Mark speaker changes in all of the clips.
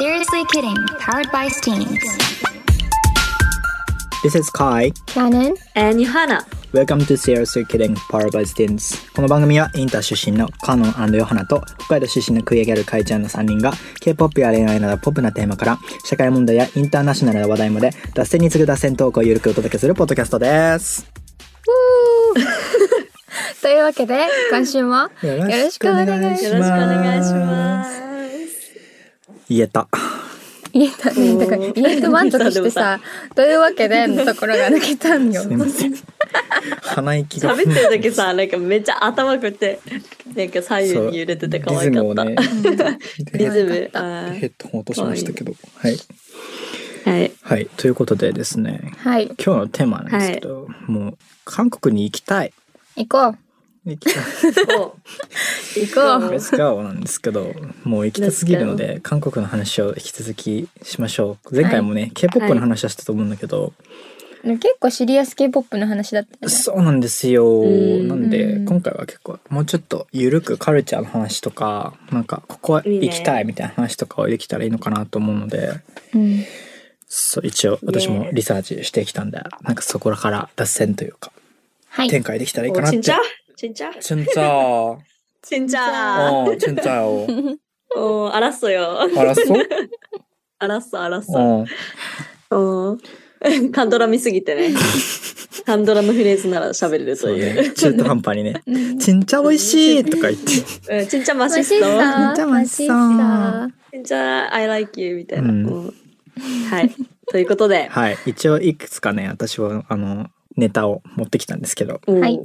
Speaker 1: Seriously Kidding, powered by Steams.
Speaker 2: This is Kai.
Speaker 3: Canon
Speaker 4: えー、ニハナ
Speaker 2: Welcome to Seriously Kidding Powered by Steams. この番組はインター出身のカノンヨハナと北海道出身のクイアギャルカイちゃんの3人が K-POP や恋愛などポップなテーマから社会問題やインターナショナルな話題まで脱線に次ぐ脱線トークをゆるくお届けするポッドキャストです。
Speaker 3: というわけで今週も
Speaker 2: よ。
Speaker 3: ろしくお願いします
Speaker 4: よろしくお願いしますす。
Speaker 2: 言え た。
Speaker 3: 言えたねだから言えと満 足してさというわけでのところが抜けたんよ
Speaker 2: すみません。鼻息が。
Speaker 4: 喋ってる時 さ、なんかめっちゃ頭くって、なんか左右に揺れてて可愛かった。
Speaker 2: リズムをね
Speaker 4: リズム,、
Speaker 3: 可
Speaker 4: あ
Speaker 2: ヘッドホン落としましたけど。はい。
Speaker 4: ーはい。
Speaker 2: はい。ということでですね、
Speaker 3: はい
Speaker 2: 今日のテーマなんですけど、もう韓国に行きたい。
Speaker 3: 行こう
Speaker 2: 行きたい。
Speaker 4: 行こう。
Speaker 3: 行
Speaker 2: レスカオなんですけど、もう行きたすぎるので、韓国の話を引き続きしましょう。前回もね、K-POP の話はしたと思うんだけど、
Speaker 3: ね結構シリアス K-POP の話だったよね
Speaker 2: そうなんですよ。
Speaker 4: うん
Speaker 2: なんで、
Speaker 3: うん
Speaker 2: 今回は結構、もうちょっと緩くカルチャーの話とか、なんか、ここ行きたいみたいな話とかをできたらいいのかなと思うので、
Speaker 3: うん
Speaker 2: そう、一応私もリサーチしてきたんで、なんかそこらから脱線というか、
Speaker 3: はい
Speaker 2: 展開できたらいいかなっ
Speaker 4: ち
Speaker 2: て。
Speaker 4: んちゃちんちゃ
Speaker 2: ちんち ゃ
Speaker 4: ちんちゃ
Speaker 2: おちんちゃお
Speaker 4: おー、争うよ。
Speaker 2: あら そう
Speaker 4: 争う、争う。
Speaker 2: うん。
Speaker 4: お ーカンドラ見すぎてね。カンドラのフレーズなら喋れると
Speaker 2: そう
Speaker 4: いう。
Speaker 2: ね。中途半端にね。
Speaker 3: うん
Speaker 2: ちんちゃおいしいとか言って。
Speaker 4: うん、ちんちゃマ
Speaker 3: マ
Speaker 4: シ
Speaker 3: シ
Speaker 4: ス
Speaker 3: ス
Speaker 4: ト。
Speaker 3: ター
Speaker 2: マ
Speaker 3: マ
Speaker 2: シス
Speaker 3: シスタ
Speaker 2: ター
Speaker 3: ー
Speaker 4: ちんちゃ I like you みたいな。
Speaker 2: うん
Speaker 4: うんはい。ということで。
Speaker 2: はい。一応いくつかね、私はあの、ネタを持ってきたんですけど、
Speaker 4: うん
Speaker 3: はい。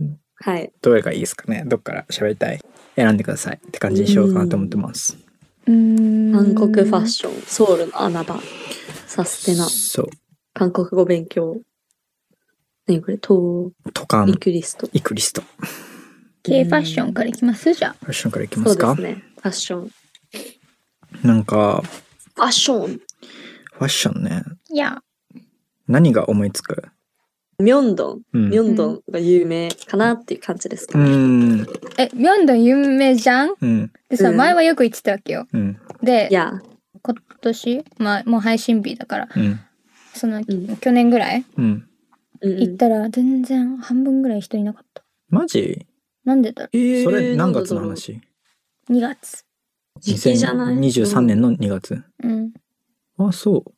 Speaker 4: はい。
Speaker 2: どれがいいですかねどっから喋りたい選んでくださいって感じにしようかなと思ってます。
Speaker 3: 韓
Speaker 4: 韓国ファッ
Speaker 3: ョ
Speaker 4: ション、ソウルの穴場、サステナ、
Speaker 2: そう。
Speaker 4: 韓国語勉強。何これ、ト
Speaker 2: ト
Speaker 4: ー
Speaker 2: カ
Speaker 4: イ
Speaker 2: ン、
Speaker 4: クリスト。
Speaker 2: イクリスト。フ
Speaker 3: 系ファッションからいきますじゃあ
Speaker 2: ァッションからいき
Speaker 4: そ
Speaker 2: ま
Speaker 4: う
Speaker 2: す
Speaker 4: で
Speaker 2: か
Speaker 4: すね。ファッション。フ
Speaker 2: なんか、
Speaker 4: ァッション。
Speaker 2: ファッションね、
Speaker 3: いや
Speaker 2: 何が思いつく
Speaker 4: ミョンドン。
Speaker 2: うん
Speaker 4: ミョンドンが有名かなっていう感じです
Speaker 2: う
Speaker 4: か、
Speaker 2: ん。
Speaker 3: えミョンドン有名じゃん
Speaker 2: うん。
Speaker 3: でさ
Speaker 4: うん
Speaker 3: 前はよく言ってたわけよ
Speaker 2: うん。
Speaker 3: で
Speaker 4: いや、
Speaker 3: 今年まあもう配信日だから
Speaker 2: うん。
Speaker 3: その
Speaker 4: ん
Speaker 3: 去年ぐらい
Speaker 2: うん。
Speaker 4: うんうん
Speaker 3: 行ったら全然半分ぐらい人いなかった。
Speaker 2: マジ
Speaker 3: なんでだろ
Speaker 4: えー
Speaker 2: それ何
Speaker 4: なん
Speaker 2: 月
Speaker 4: だ
Speaker 2: の
Speaker 4: ろう
Speaker 2: 話
Speaker 3: う ?2 月。
Speaker 4: 時期じゃない
Speaker 2: ?2023 年の2月。
Speaker 3: うん。
Speaker 2: あ、そう。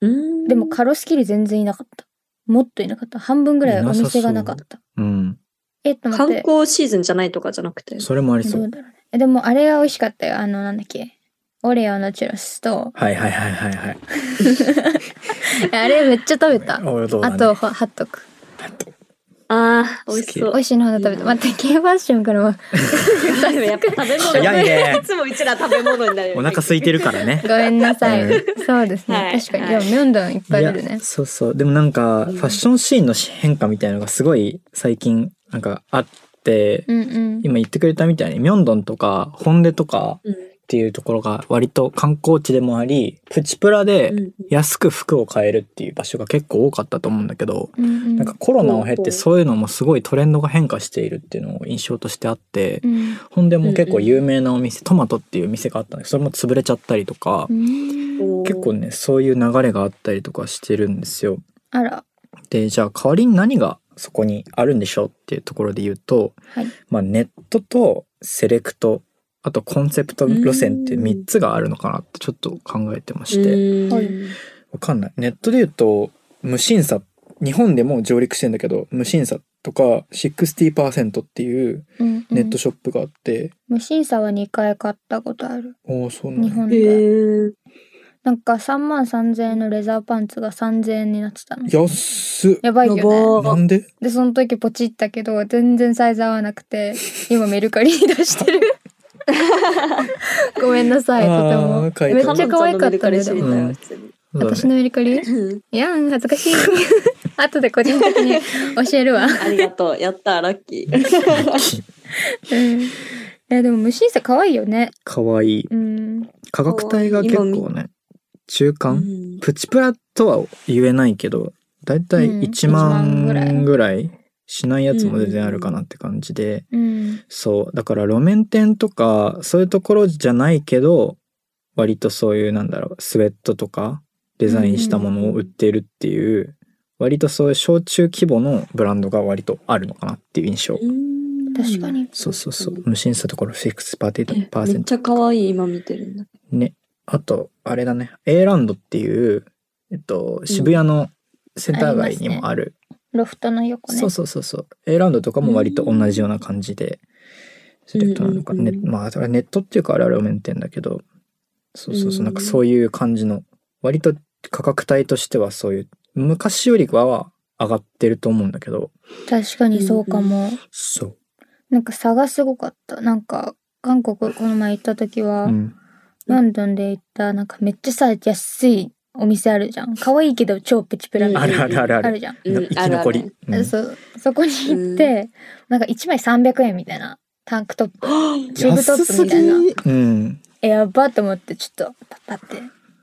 Speaker 4: うん
Speaker 3: でもカロスキル全然いなかった。もっといなかった。半分ぐらいお店がなかった。
Speaker 2: うん。
Speaker 3: えっと待って。
Speaker 4: 観光シーズンじゃないとかじゃなくて。
Speaker 2: それもありそ
Speaker 3: ど
Speaker 2: う、
Speaker 3: う。だろうね。えでもあれは美味しかったよ。あの、なんだっけ。オレオのチュロスと
Speaker 2: はいはいはいはいはい。
Speaker 3: えあれめっちゃ食べ た。
Speaker 2: 俺どうだ
Speaker 3: あ
Speaker 2: ね
Speaker 3: と、ほハットク。
Speaker 4: ああ、美味しそ
Speaker 3: 美
Speaker 4: う。
Speaker 3: 味しいのほど食べた。
Speaker 4: うん
Speaker 3: 待って、K ファッションからは。
Speaker 4: でもやっぱ 食べ物。
Speaker 2: 早いね
Speaker 4: いつもうちら食べ物になるよね。
Speaker 2: お腹空いてるからね
Speaker 3: ご。めんなさ い。
Speaker 2: う
Speaker 3: そうですね。
Speaker 4: はい
Speaker 3: 確かに。
Speaker 4: はい
Speaker 3: でも、ミョンドンいっぱい出る
Speaker 2: い
Speaker 3: ね
Speaker 2: や。そうそうでもなんかフ
Speaker 4: うん
Speaker 2: ァッションシーンの変化みたいなのがすごい最近なんかあって、
Speaker 3: うんうん。
Speaker 2: 今言ってくれたみたいにミョンドンとかホンデとか
Speaker 4: うん。
Speaker 2: っていうところが割と観光地でもありプチプラで
Speaker 4: うん
Speaker 2: 安く服を買えるっていう場所が結構多かったと思うんだけど、
Speaker 3: うんうん。
Speaker 2: なんかコロナを経
Speaker 4: ほうほ
Speaker 2: て
Speaker 4: う
Speaker 2: そういうのもすごいトレンドが変化しているっていうのを印象としてあって、
Speaker 3: うん。
Speaker 2: ホンデも結構有名なお店、トマトっていう店があったんだけどそれも潰れちゃったりとか、
Speaker 3: うん
Speaker 4: おー
Speaker 2: 結構ねそういう流れがあったりとかしてるんですよ。
Speaker 3: あら。
Speaker 2: でじゃあ代わりに何がそこにあるんでしょうっていうところで言うと、
Speaker 3: はい
Speaker 2: まあ、ネットとセレクトあとコンセプト路線っていう
Speaker 4: うん
Speaker 2: 3つがあるのかなってちょっと考えてまして
Speaker 4: うん
Speaker 3: はい
Speaker 2: わかんないネットで言うと無審査日本でも上陸してんだけど無審査とか60%っていう
Speaker 3: うんうん
Speaker 2: ネットショップがあって、
Speaker 3: 無審査は2回買ったことある
Speaker 2: おーそうなん
Speaker 3: 日
Speaker 2: だ
Speaker 3: 本
Speaker 4: へ
Speaker 3: で
Speaker 4: ー
Speaker 3: なんか3万3000円のレザーパンツが3000円になってたの
Speaker 2: 安っ
Speaker 3: やばいよ
Speaker 4: やば
Speaker 3: ね
Speaker 4: ー
Speaker 2: なんで
Speaker 3: でその時ポチったけど全然サイズ合わなくて今メルカリに出してる ごめんなさいとても
Speaker 2: あー買い
Speaker 3: め
Speaker 2: た
Speaker 3: っちゃ可愛かったねで
Speaker 4: み
Speaker 3: も
Speaker 2: うん
Speaker 4: たい普
Speaker 2: そうだ
Speaker 4: 通に
Speaker 2: ね
Speaker 3: 私のメルカリ
Speaker 4: うん
Speaker 3: いやん恥ずかしい 後で個人的に教えるわ、
Speaker 4: ありがとう。やった、ラッキー。
Speaker 3: うん、いやでも無審査可愛いよね
Speaker 2: かわいい
Speaker 3: うん
Speaker 2: 価格帯が結構ね中間、
Speaker 4: うん
Speaker 2: プチプラとは言えないけど、だいたい
Speaker 3: うん
Speaker 2: 1
Speaker 3: 1万ぐら
Speaker 2: 万
Speaker 3: い
Speaker 2: ぐらいしないやつも全然あるかなって感じで、
Speaker 3: うん
Speaker 2: そう、だから路面店とか、そういうところじゃないけど、割とそういうなんだろうスウェットとかデザインしたものを売っているっていう割とそういう小中規模のブランドが割とあるのかなっていう印象、
Speaker 3: 確か
Speaker 4: に。
Speaker 3: に。
Speaker 2: そうそうそう無審査ところ6%パー
Speaker 4: め
Speaker 2: セント
Speaker 4: っちゃ可愛い今見てるんだ。
Speaker 2: ね。あと、あれだね。A ランドっていう、えっと、渋谷のセンター街にもある。
Speaker 3: ロフトの横ね。
Speaker 2: そうそうそうそう。A ランドとかも割と同じような感じで、セレクトなのか、
Speaker 4: うんうん
Speaker 2: ね
Speaker 4: うん
Speaker 2: まあ、それはネットっていうか、あれあれをメンテンだけど、そうそうそうう、
Speaker 4: ん
Speaker 2: なんかそういう感じの、割と価格帯としてはそういう、昔よりかは上がってると思うんだけど、
Speaker 3: 確かにそうかも。
Speaker 2: そう。
Speaker 3: なんか差がすごかった。なんか韓国この前行った時は、
Speaker 2: うん。
Speaker 3: ロンドンで行ったなんかめっちゃさ安いお店あるじゃん。可愛いけど超プチプラみ
Speaker 4: うん
Speaker 3: た
Speaker 2: あ
Speaker 3: い
Speaker 2: る
Speaker 3: な。
Speaker 2: あるあるあ
Speaker 3: あ
Speaker 2: る。
Speaker 3: るじゃん。
Speaker 4: う
Speaker 2: 生
Speaker 4: ん
Speaker 2: き残り。うん
Speaker 3: そうそこに行って、なんか1枚300円みたいなタンクトップチューブトップみたいな
Speaker 2: 安すぎうん。
Speaker 3: えやばと思ってちょっとパッパって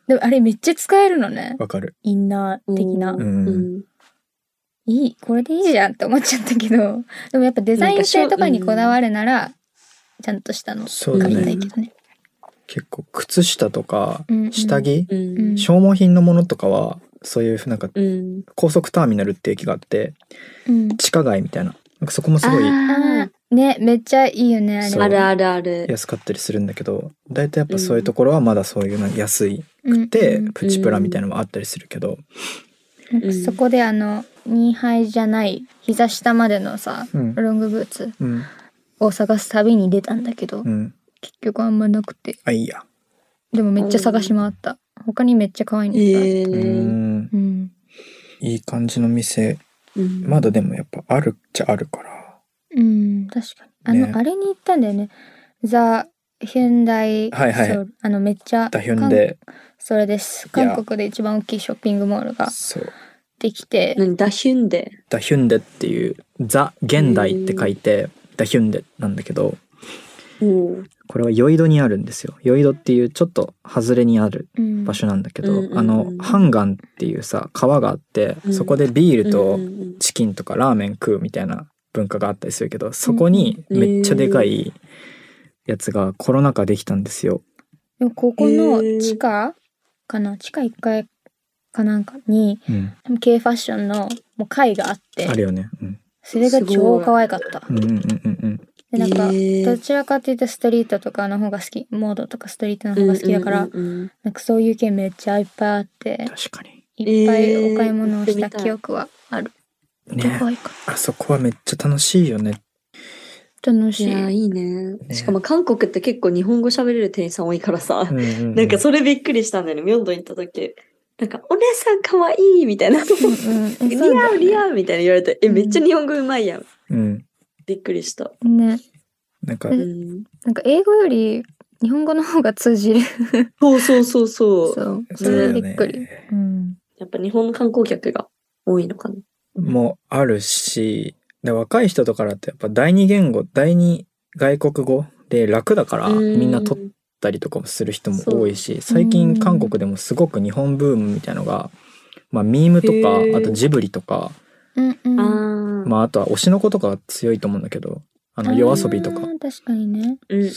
Speaker 3: でもあれめっちゃ使えるのね
Speaker 2: わかる。
Speaker 3: インナー的な、
Speaker 2: うん
Speaker 3: いいこれでいいじゃんって思っちゃったけどでもやっぱデザイン性とかにこだわるならちゃんとしたの
Speaker 2: そうだ
Speaker 3: 買いた
Speaker 2: ね。
Speaker 3: いけどね
Speaker 2: 結構、靴下とか
Speaker 3: うんう、ん
Speaker 2: 下着、
Speaker 4: うん。
Speaker 2: 消耗品のものとかはそういうなんか
Speaker 4: うん。
Speaker 2: 高速ターミナルって駅があって
Speaker 3: うん
Speaker 2: 地下街みたいななんかそこもすごい
Speaker 4: あ
Speaker 3: あーねめっちゃいいよねあれ
Speaker 2: そ
Speaker 4: ー
Speaker 2: う
Speaker 4: あるあるある。
Speaker 2: 安かったりするんだけど大体やっぱそういうところはまだそういうの安い
Speaker 3: うん
Speaker 2: で
Speaker 3: うん
Speaker 2: プチプラみたいなのもあったりするけど
Speaker 3: なんかそこであの2杯じゃない膝下までのさ
Speaker 2: うん
Speaker 3: ロングブーツ
Speaker 2: うん
Speaker 3: を探す旅に出たんだけど、
Speaker 2: うん
Speaker 3: 結局あんまなくて
Speaker 2: あいいや
Speaker 3: でもめっちゃ探し回った他にめっちゃ可愛いのいっぱいある
Speaker 4: え
Speaker 2: う
Speaker 4: ー。
Speaker 2: ん
Speaker 3: うん
Speaker 2: いい感じの店まだでもやっぱあるっちゃあるから
Speaker 3: うん確かにあの、
Speaker 2: ね
Speaker 3: あれに行ったんだよねザ・ヒュンダイ
Speaker 2: はいはい
Speaker 3: ソウルあのめっちゃ
Speaker 2: ダヒュンで
Speaker 3: 韓それです
Speaker 2: いや
Speaker 3: 韓国で一番大きいショッピングモールが
Speaker 2: そう
Speaker 3: できて
Speaker 4: 何ダヒュンデ。
Speaker 2: ダヒュンデっていうザ現代って書いてダヒュンデなんだけど
Speaker 4: おー
Speaker 2: これはヨイドにあるんですよヨイドっていうちょっと外れにある
Speaker 3: うん
Speaker 2: 場所なんだけど、
Speaker 4: うんうんうん
Speaker 2: あのハンガンっていうさ川があって、
Speaker 4: うん
Speaker 2: そこでビール
Speaker 4: う
Speaker 2: と
Speaker 4: んうんうん
Speaker 2: チキンとかラーメン食うみたいな文化があったりするけどそこにめっちゃでかいやつがコロナ禍できたんですよ。
Speaker 3: でもここの地下かな地下1階かなんかに
Speaker 2: うん、
Speaker 3: でも K ファッションのもう階があって
Speaker 2: あるよね。うん、
Speaker 3: それが超可愛かった
Speaker 2: うんうんうんうん
Speaker 3: でなんか
Speaker 4: へー
Speaker 3: どちらかというとストリートとかの方が好きモードとかストリートの方が好きだから、
Speaker 4: うんうんうん
Speaker 3: なんかそういう系めっちゃいっぱいあって
Speaker 2: 確かに。
Speaker 3: いっぱいお買い物をし
Speaker 4: えー行ったてみたい
Speaker 3: 記憶はある、
Speaker 2: ね
Speaker 3: 可愛かっ
Speaker 2: あそこはめっちゃ楽しいよね。
Speaker 3: た楽
Speaker 4: い
Speaker 3: し
Speaker 4: やー
Speaker 3: い
Speaker 4: いいね
Speaker 2: ね
Speaker 4: しかも韓国って結構日本語喋れる店員さん多いからさ、
Speaker 2: うんうんうん
Speaker 4: なんかそれびっくりしたんだよねミョンドン行った時なんか「お姉さんかわいい」みたいな「
Speaker 3: うん
Speaker 4: リ
Speaker 3: そうだ
Speaker 4: ア
Speaker 3: よ
Speaker 4: ウ
Speaker 3: ね
Speaker 4: リアウ」みたいな言われて「え
Speaker 3: うん
Speaker 4: めっちゃ日本語うまいやん」
Speaker 2: うん
Speaker 4: びっくりした、
Speaker 3: ね
Speaker 2: なんか
Speaker 3: う
Speaker 4: うん、
Speaker 3: なんか英語より日本語の方が通じる
Speaker 4: そうそうそうそ
Speaker 3: そうう
Speaker 2: そ
Speaker 3: そう
Speaker 2: だよ
Speaker 3: れ
Speaker 2: ね
Speaker 3: びっくり、うん
Speaker 4: やっぱ日本の観光客が多いのかな
Speaker 2: もあるしで若い人とかだってやっぱ第二言語第二外国語で楽だから
Speaker 4: う
Speaker 2: みんな取っったりとかもする人も多いし最
Speaker 3: う
Speaker 2: 近
Speaker 3: ん
Speaker 2: 韓国でもすごく日本ブームみたいのが、まあ、ミームと
Speaker 4: へー
Speaker 2: かあとジブリとか、
Speaker 3: うんう
Speaker 4: あ
Speaker 3: ん
Speaker 4: ー、
Speaker 2: まあ、あとは推しの子とかが強いと思うんだけどあの夜遊びと
Speaker 3: あ
Speaker 2: か
Speaker 3: ー確かにね
Speaker 4: うんうんうん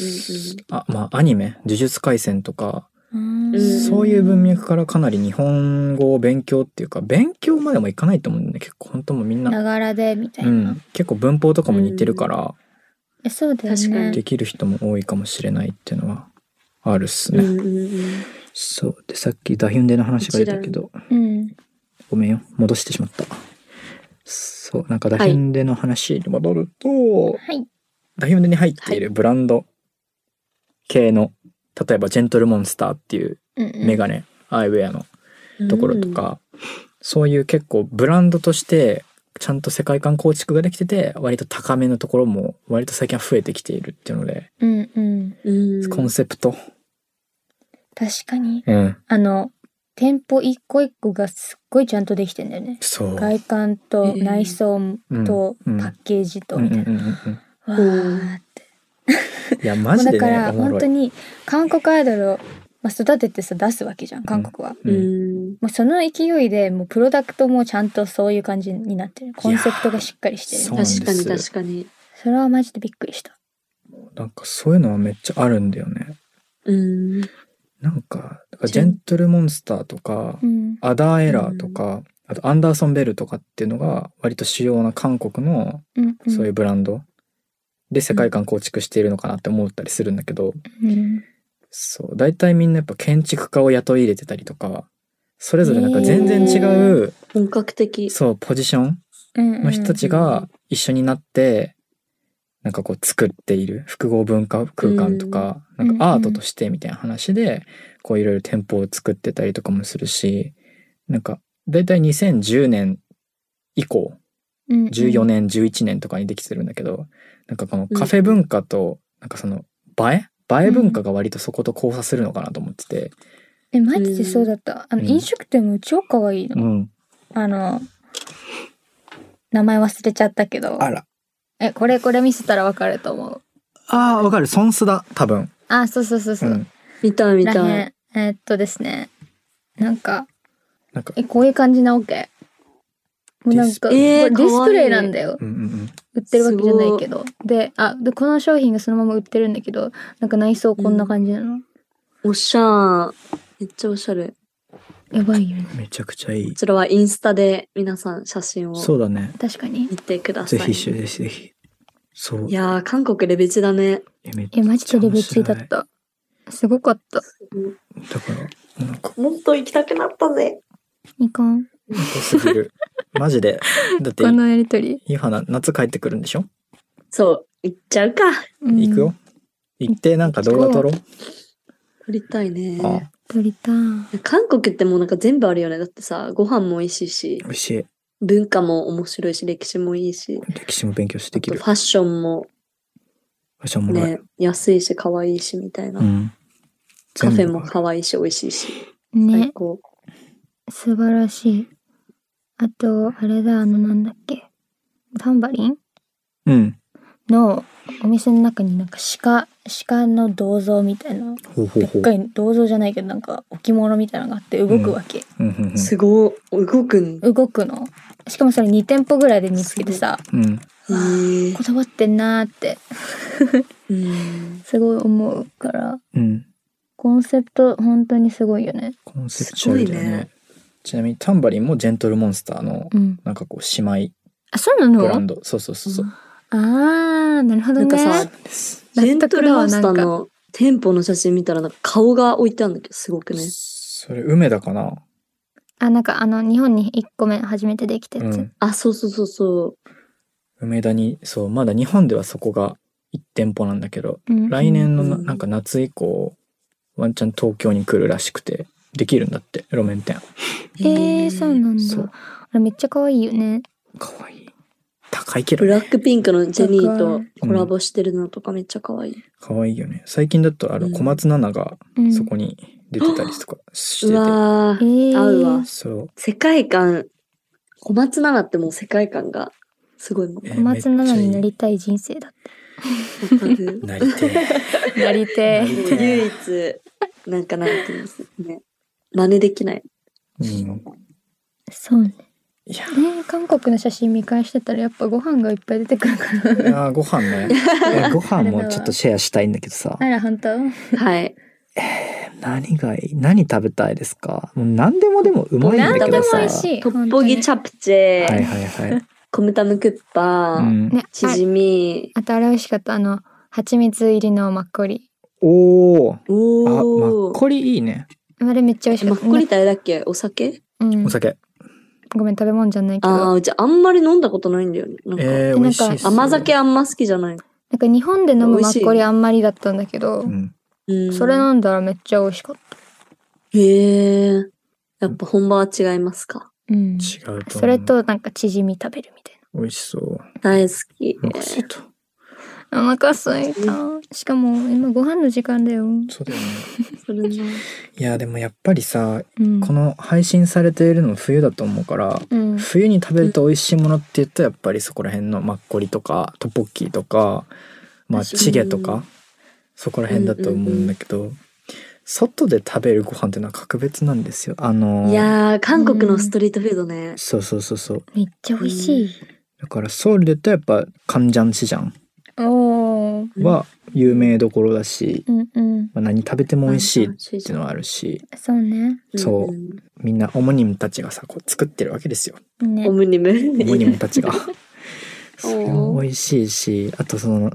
Speaker 2: あ、まあ、アニメ「呪術廻戦」とか、
Speaker 3: あー
Speaker 4: うん
Speaker 2: そういう文脈からかなり日本語を勉強っていうか勉強までもいかないと思うんだよね結構本当もうみんな、
Speaker 3: ながらでみたいうな、
Speaker 2: ん、結構文法とかも似てるから、
Speaker 3: えそうだよね
Speaker 4: 確かに
Speaker 2: できる人も多いかもしれないっていうのはあるっす
Speaker 4: う
Speaker 2: ね。
Speaker 4: んうんうん
Speaker 2: そうでさっきダヒュンデの話が出たけど
Speaker 3: うん
Speaker 2: ごめんよ戻してしまったそうなんかダヒュンデの話に戻ると、
Speaker 3: はい
Speaker 2: ダヒュンデに入っているブランド系の例えばジェントルモンスターっていう
Speaker 3: うんうん
Speaker 2: メガネ、アイウェアのところとか、そういう結構ブランドとしてちゃんと世界観構築ができてて割と高めのところも割と最近は増えてきているっていうので、
Speaker 3: うんうん
Speaker 4: うん、
Speaker 2: コンセプト、
Speaker 3: 確かに
Speaker 2: うん、
Speaker 3: あの店舗一個一個がすっごいちゃんとできてんだよね
Speaker 2: そう。
Speaker 3: 外観と内装と
Speaker 2: うんうん
Speaker 3: パッケージと
Speaker 2: うんう
Speaker 3: み
Speaker 2: んう
Speaker 3: たい
Speaker 2: ん
Speaker 3: な、
Speaker 2: うん
Speaker 3: わーって
Speaker 2: いやマジでね
Speaker 3: もうだから
Speaker 2: おもろ
Speaker 3: 本
Speaker 2: い
Speaker 3: 当に韓国アイドルを、まあ、育ててさ出すわけじゃん韓国は、
Speaker 2: う
Speaker 4: うんん
Speaker 3: もうその勢いでもうプロダクトもちゃんとそういう感じになってるコンセプトがしっかりして
Speaker 2: いやー
Speaker 3: る
Speaker 2: そうなんです
Speaker 4: 確かに確かに
Speaker 3: それはマジでびっくりした
Speaker 2: なんかそういうのはめっちゃあるんだよね。
Speaker 4: うん
Speaker 2: なんか、だからジェントルモンスターとか、
Speaker 3: うん
Speaker 2: アダーエラーとか、あとアンダーソンベルとかっていうのが割と主要な韓国の
Speaker 3: うんうん
Speaker 2: そういうブランドで世界観構築しているのかなって思ったりするんだけど、
Speaker 3: うん
Speaker 2: そう、大体みんなやっぱ建築家を雇い入れてたりとか、それぞれなんか全然違う、
Speaker 4: 本格的。
Speaker 2: そう、ポジション
Speaker 3: うんうん
Speaker 2: の人たちが一緒になって、なんかこう作っている複合文化空間とか、
Speaker 3: うん
Speaker 2: なんかアートとしてみたいな話で、こういろいろ店舗を作ってたりとかもするし、なんか大体2010年以降、
Speaker 3: うんうん
Speaker 2: 14年、11年とかにできてるんだけど、なんかこのカフェ文化と、なんかその映え映え文化が割とそこと交差するのかなと思ってて、
Speaker 3: えマジでそうだったあの
Speaker 2: うん
Speaker 3: 飲食店も超可愛いの
Speaker 2: ん。
Speaker 3: あの名前忘れちゃったけど
Speaker 2: あら。
Speaker 3: えこれこれ見せたらわかると思う
Speaker 2: ああ、わかる。ソンスだ、多分。。
Speaker 3: あそうそうそうそううん
Speaker 4: 見たい見
Speaker 3: ら
Speaker 4: た
Speaker 3: へ
Speaker 4: い。
Speaker 3: んえーっとですねなんか
Speaker 2: なんか、
Speaker 3: えこういう感じなわけもうなんか
Speaker 2: ディスプレ
Speaker 3: これ
Speaker 4: イ
Speaker 3: ディスプレイなんだよ
Speaker 2: うんうんうん。
Speaker 3: 売ってるわけじゃないけどであでこの商品がそのまま売ってるんだけどなんか内装こんな感じなの、
Speaker 4: おしゃー。めっちゃおしゃれ。
Speaker 3: やばいよね
Speaker 2: めちゃくちゃいい
Speaker 4: こ。ちらはインスタで皆さん写真を
Speaker 2: そうだね。
Speaker 3: 確かに
Speaker 4: 見てくだ
Speaker 2: ぜ
Speaker 4: さい。
Speaker 2: ひ、ぜひ、ぜひ。そう
Speaker 4: い。やー、韓国レベチだね。
Speaker 2: え、めっ
Speaker 3: えマジでレベチだっ
Speaker 2: だか
Speaker 3: たすごかった
Speaker 2: ら、もうなんか、
Speaker 4: もっと行きたくなったぜ。
Speaker 3: ニコン
Speaker 2: 良すぎる。マジで。だって
Speaker 3: こ、のやりとり、
Speaker 2: ゆはな、夏帰ってくるんでしょ
Speaker 4: そう、行っちゃうか。
Speaker 3: うん
Speaker 2: 行くよ。行って、なんか動画撮ろう。
Speaker 4: 撮りたい
Speaker 2: あ
Speaker 4: ね。
Speaker 3: 撮りたい
Speaker 4: 韓国ってもうなんか全部あるよね。だってさ、ご飯も美味しいし
Speaker 2: 美、味しい。
Speaker 4: 文化も面白いし、歴史もいいし、
Speaker 2: 歴史も勉強して
Speaker 4: あ
Speaker 2: き
Speaker 4: と
Speaker 2: る
Speaker 4: フ。ァッションも
Speaker 2: 場所もらえ
Speaker 4: ね、安いし、可愛いしみたいな。
Speaker 2: うん。
Speaker 4: カフェも
Speaker 2: 全部
Speaker 4: 可愛いし、美味しいし。最
Speaker 3: ね
Speaker 4: 高。
Speaker 3: 素晴らしいあとあれだあのなんだっけタンバリン
Speaker 2: うん。
Speaker 3: のお店の中になんか鹿鹿の銅像みたいな
Speaker 2: ほうほう
Speaker 3: で
Speaker 2: ほ
Speaker 3: っ
Speaker 2: う
Speaker 3: か。い銅像じゃないけどなんか置物みたいなのがあって動くわけ、
Speaker 2: うんうん
Speaker 4: すごい。動くん。
Speaker 3: 動くのしかもそれ2店舗ぐらいで見つけてさ
Speaker 2: うん。うん。
Speaker 4: へー
Speaker 3: こだわってんなーって
Speaker 4: うん。
Speaker 3: すごい思うから
Speaker 2: うん。
Speaker 3: コンセプト本当にすごいよね
Speaker 2: コンセプチュアルだよ
Speaker 4: すごい
Speaker 2: ね
Speaker 4: ね。
Speaker 2: ちなみにタンバリンもジェントルモンスターの
Speaker 3: うん
Speaker 2: なんかこう姉
Speaker 3: あそうな
Speaker 2: 妹ブラン
Speaker 3: の
Speaker 2: ド。そうそうそうそう。
Speaker 3: あーなるほど
Speaker 4: な
Speaker 3: ね
Speaker 4: んかさ、
Speaker 2: です。
Speaker 4: ジェントルマスター
Speaker 3: 納得だ
Speaker 4: の店舗の写真見たら、なんか顔が置いてあるんだけど、すごくね。
Speaker 2: それ梅田かな。
Speaker 3: あなんかあの日本に1個目初めてできた
Speaker 2: う
Speaker 3: やつ、
Speaker 2: ん。
Speaker 4: あ、そうそうそうそう。
Speaker 2: 梅田にそうまだ日本ではそこが1店舗なんだけど、
Speaker 3: うん
Speaker 2: 来年のな
Speaker 4: うん
Speaker 2: なんか夏以降ワンチャン東京に来るらしくてできるんだって路面店。
Speaker 3: えー、そうなん
Speaker 2: そ
Speaker 3: だ
Speaker 2: う
Speaker 3: あれめっちゃ可愛いよね
Speaker 2: 可愛い高いけど
Speaker 4: ブ
Speaker 2: ね。
Speaker 4: ラックピンクのジェニーとコラボしてるのとかめっちゃ可愛い。
Speaker 2: 可愛いよね。最近だとあ
Speaker 4: う
Speaker 2: の
Speaker 4: ん
Speaker 2: 小松菜奈が
Speaker 3: うん
Speaker 2: そこに出てたりとかして
Speaker 4: う
Speaker 2: て、
Speaker 4: わ
Speaker 3: え
Speaker 4: ー
Speaker 3: ー、
Speaker 4: 合うわ
Speaker 2: そう。
Speaker 4: 世界観、小松菜奈ってもう世界観がすご いもん。
Speaker 2: え
Speaker 3: 小松菜奈にな
Speaker 2: めっ
Speaker 3: りたい人生だっ
Speaker 4: わかる
Speaker 2: ちゃいいなりてえ。
Speaker 3: てなりて
Speaker 2: なりてえ
Speaker 4: 唯一、なんかなんていうんですかね。真似できない。
Speaker 2: うん、
Speaker 3: そうね
Speaker 2: いや
Speaker 3: ね韓国の写真見返してたらやっぱご飯がいっぱい出てくるから
Speaker 2: いやーご飯 ねえご飯もちょっとシェアしたいんだけどさ
Speaker 3: あら本当
Speaker 4: はい。
Speaker 2: 何がいい何食べたいですかもう何でもでもうまいんだ
Speaker 3: 何
Speaker 2: け
Speaker 3: 度
Speaker 2: ど
Speaker 3: でも
Speaker 2: さ
Speaker 3: 美味しい
Speaker 4: トッポギチ
Speaker 3: ゃ
Speaker 4: ャプチェ、
Speaker 2: はいはいはい、
Speaker 4: コムタムクッパ、
Speaker 2: うん
Speaker 3: ね
Speaker 4: チ
Speaker 3: あ
Speaker 4: ヂミ、
Speaker 3: あとあれ美味しかったあの蜂蜜入りのマッコリ
Speaker 2: おーあマ
Speaker 4: お
Speaker 2: ッ
Speaker 4: ー。
Speaker 2: コリいいね
Speaker 3: あれめっちゃ美味しか
Speaker 4: マ
Speaker 3: った
Speaker 4: ッコリってあれだっけお酒
Speaker 3: うん
Speaker 2: お酒
Speaker 3: ごめん食べ物じゃないけど
Speaker 4: あ
Speaker 3: な
Speaker 4: あ、
Speaker 3: ん
Speaker 4: うちあんまり飲んだことないんだよね。なんか
Speaker 2: えー、
Speaker 3: で
Speaker 2: 美
Speaker 3: なん
Speaker 2: 味し
Speaker 3: か
Speaker 2: いっすよ
Speaker 4: 甘酒あんま好きじゃない。
Speaker 3: か日本で飲む
Speaker 4: 美
Speaker 3: マ
Speaker 4: 味しい
Speaker 3: ッコリあんまりだったんだけど
Speaker 2: うん
Speaker 4: うん
Speaker 3: それ飲んだらめっちゃ美味しかった
Speaker 4: へえ。やっぱ本場は違いますか。
Speaker 3: うん
Speaker 2: 違うと思う
Speaker 3: それとなんかチヂミ食べるみたい
Speaker 2: 美味しそう
Speaker 4: 大好き。
Speaker 2: なんかそうと
Speaker 3: なお腹すいたしかも今ご飯の時間だよ、うん、
Speaker 2: そうだよね
Speaker 4: それない
Speaker 2: やでもやっぱりさこ
Speaker 3: の
Speaker 2: の配信されているの冬だと思うから
Speaker 3: うん
Speaker 2: 冬に食べると美味しいものって言ったらやっぱりそこら辺のマッコリとかトッポッキーとか、まあ、
Speaker 3: 確かに
Speaker 2: チゲとかそこら辺だと思うんだけど、外で食べるご飯っていうのは格別なんですよあの
Speaker 4: いやー、韓国のストリートフードね。
Speaker 2: そうそうそうそう
Speaker 3: めっちゃ美味しい、
Speaker 2: だからソウルで言ったらやっぱカンジャンチジャン
Speaker 3: おうん
Speaker 2: は有名どころだし、
Speaker 3: うん
Speaker 2: まあ、何食べても美味しいっ
Speaker 4: って
Speaker 2: いうのはあるし
Speaker 3: そうね
Speaker 2: そうみんなオモニムたちがさこう作ってるわけですよ
Speaker 3: ね
Speaker 4: オムニム。
Speaker 2: オモニムたちが。それも美味しいしあとその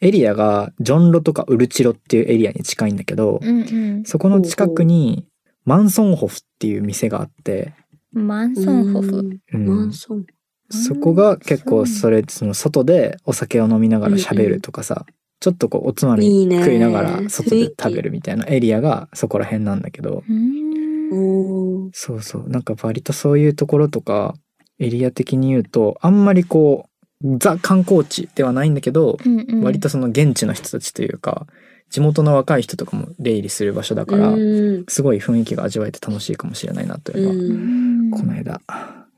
Speaker 2: エリアがジョンロとかウルチロっていうエリアに近いんだけど、
Speaker 3: うんうん
Speaker 2: そこの近くにマンソンホフっていう店があって、
Speaker 3: マンソンホフ。
Speaker 2: う
Speaker 4: マン
Speaker 2: ん、
Speaker 4: ソン。
Speaker 2: そこが結構それその外でお酒を飲みながら喋るとかさ、ちょっとこうおつまみ
Speaker 4: いいね。
Speaker 2: 食いながら外で食べ
Speaker 4: る。
Speaker 2: るみたいなエリアがそこら辺なんだけど、
Speaker 3: うん
Speaker 4: おー
Speaker 2: そうそうなんか割とそういうところとかエリア的に言うとあんまりこうザ観光地ではないんだけど、
Speaker 3: うんうん
Speaker 2: 割とその現地の人たちというか地元の若い人とかも出入りする場所だから、
Speaker 4: うん
Speaker 2: すごい雰囲気が味わえて楽しいかもしれないなというのは、
Speaker 3: うん
Speaker 2: この間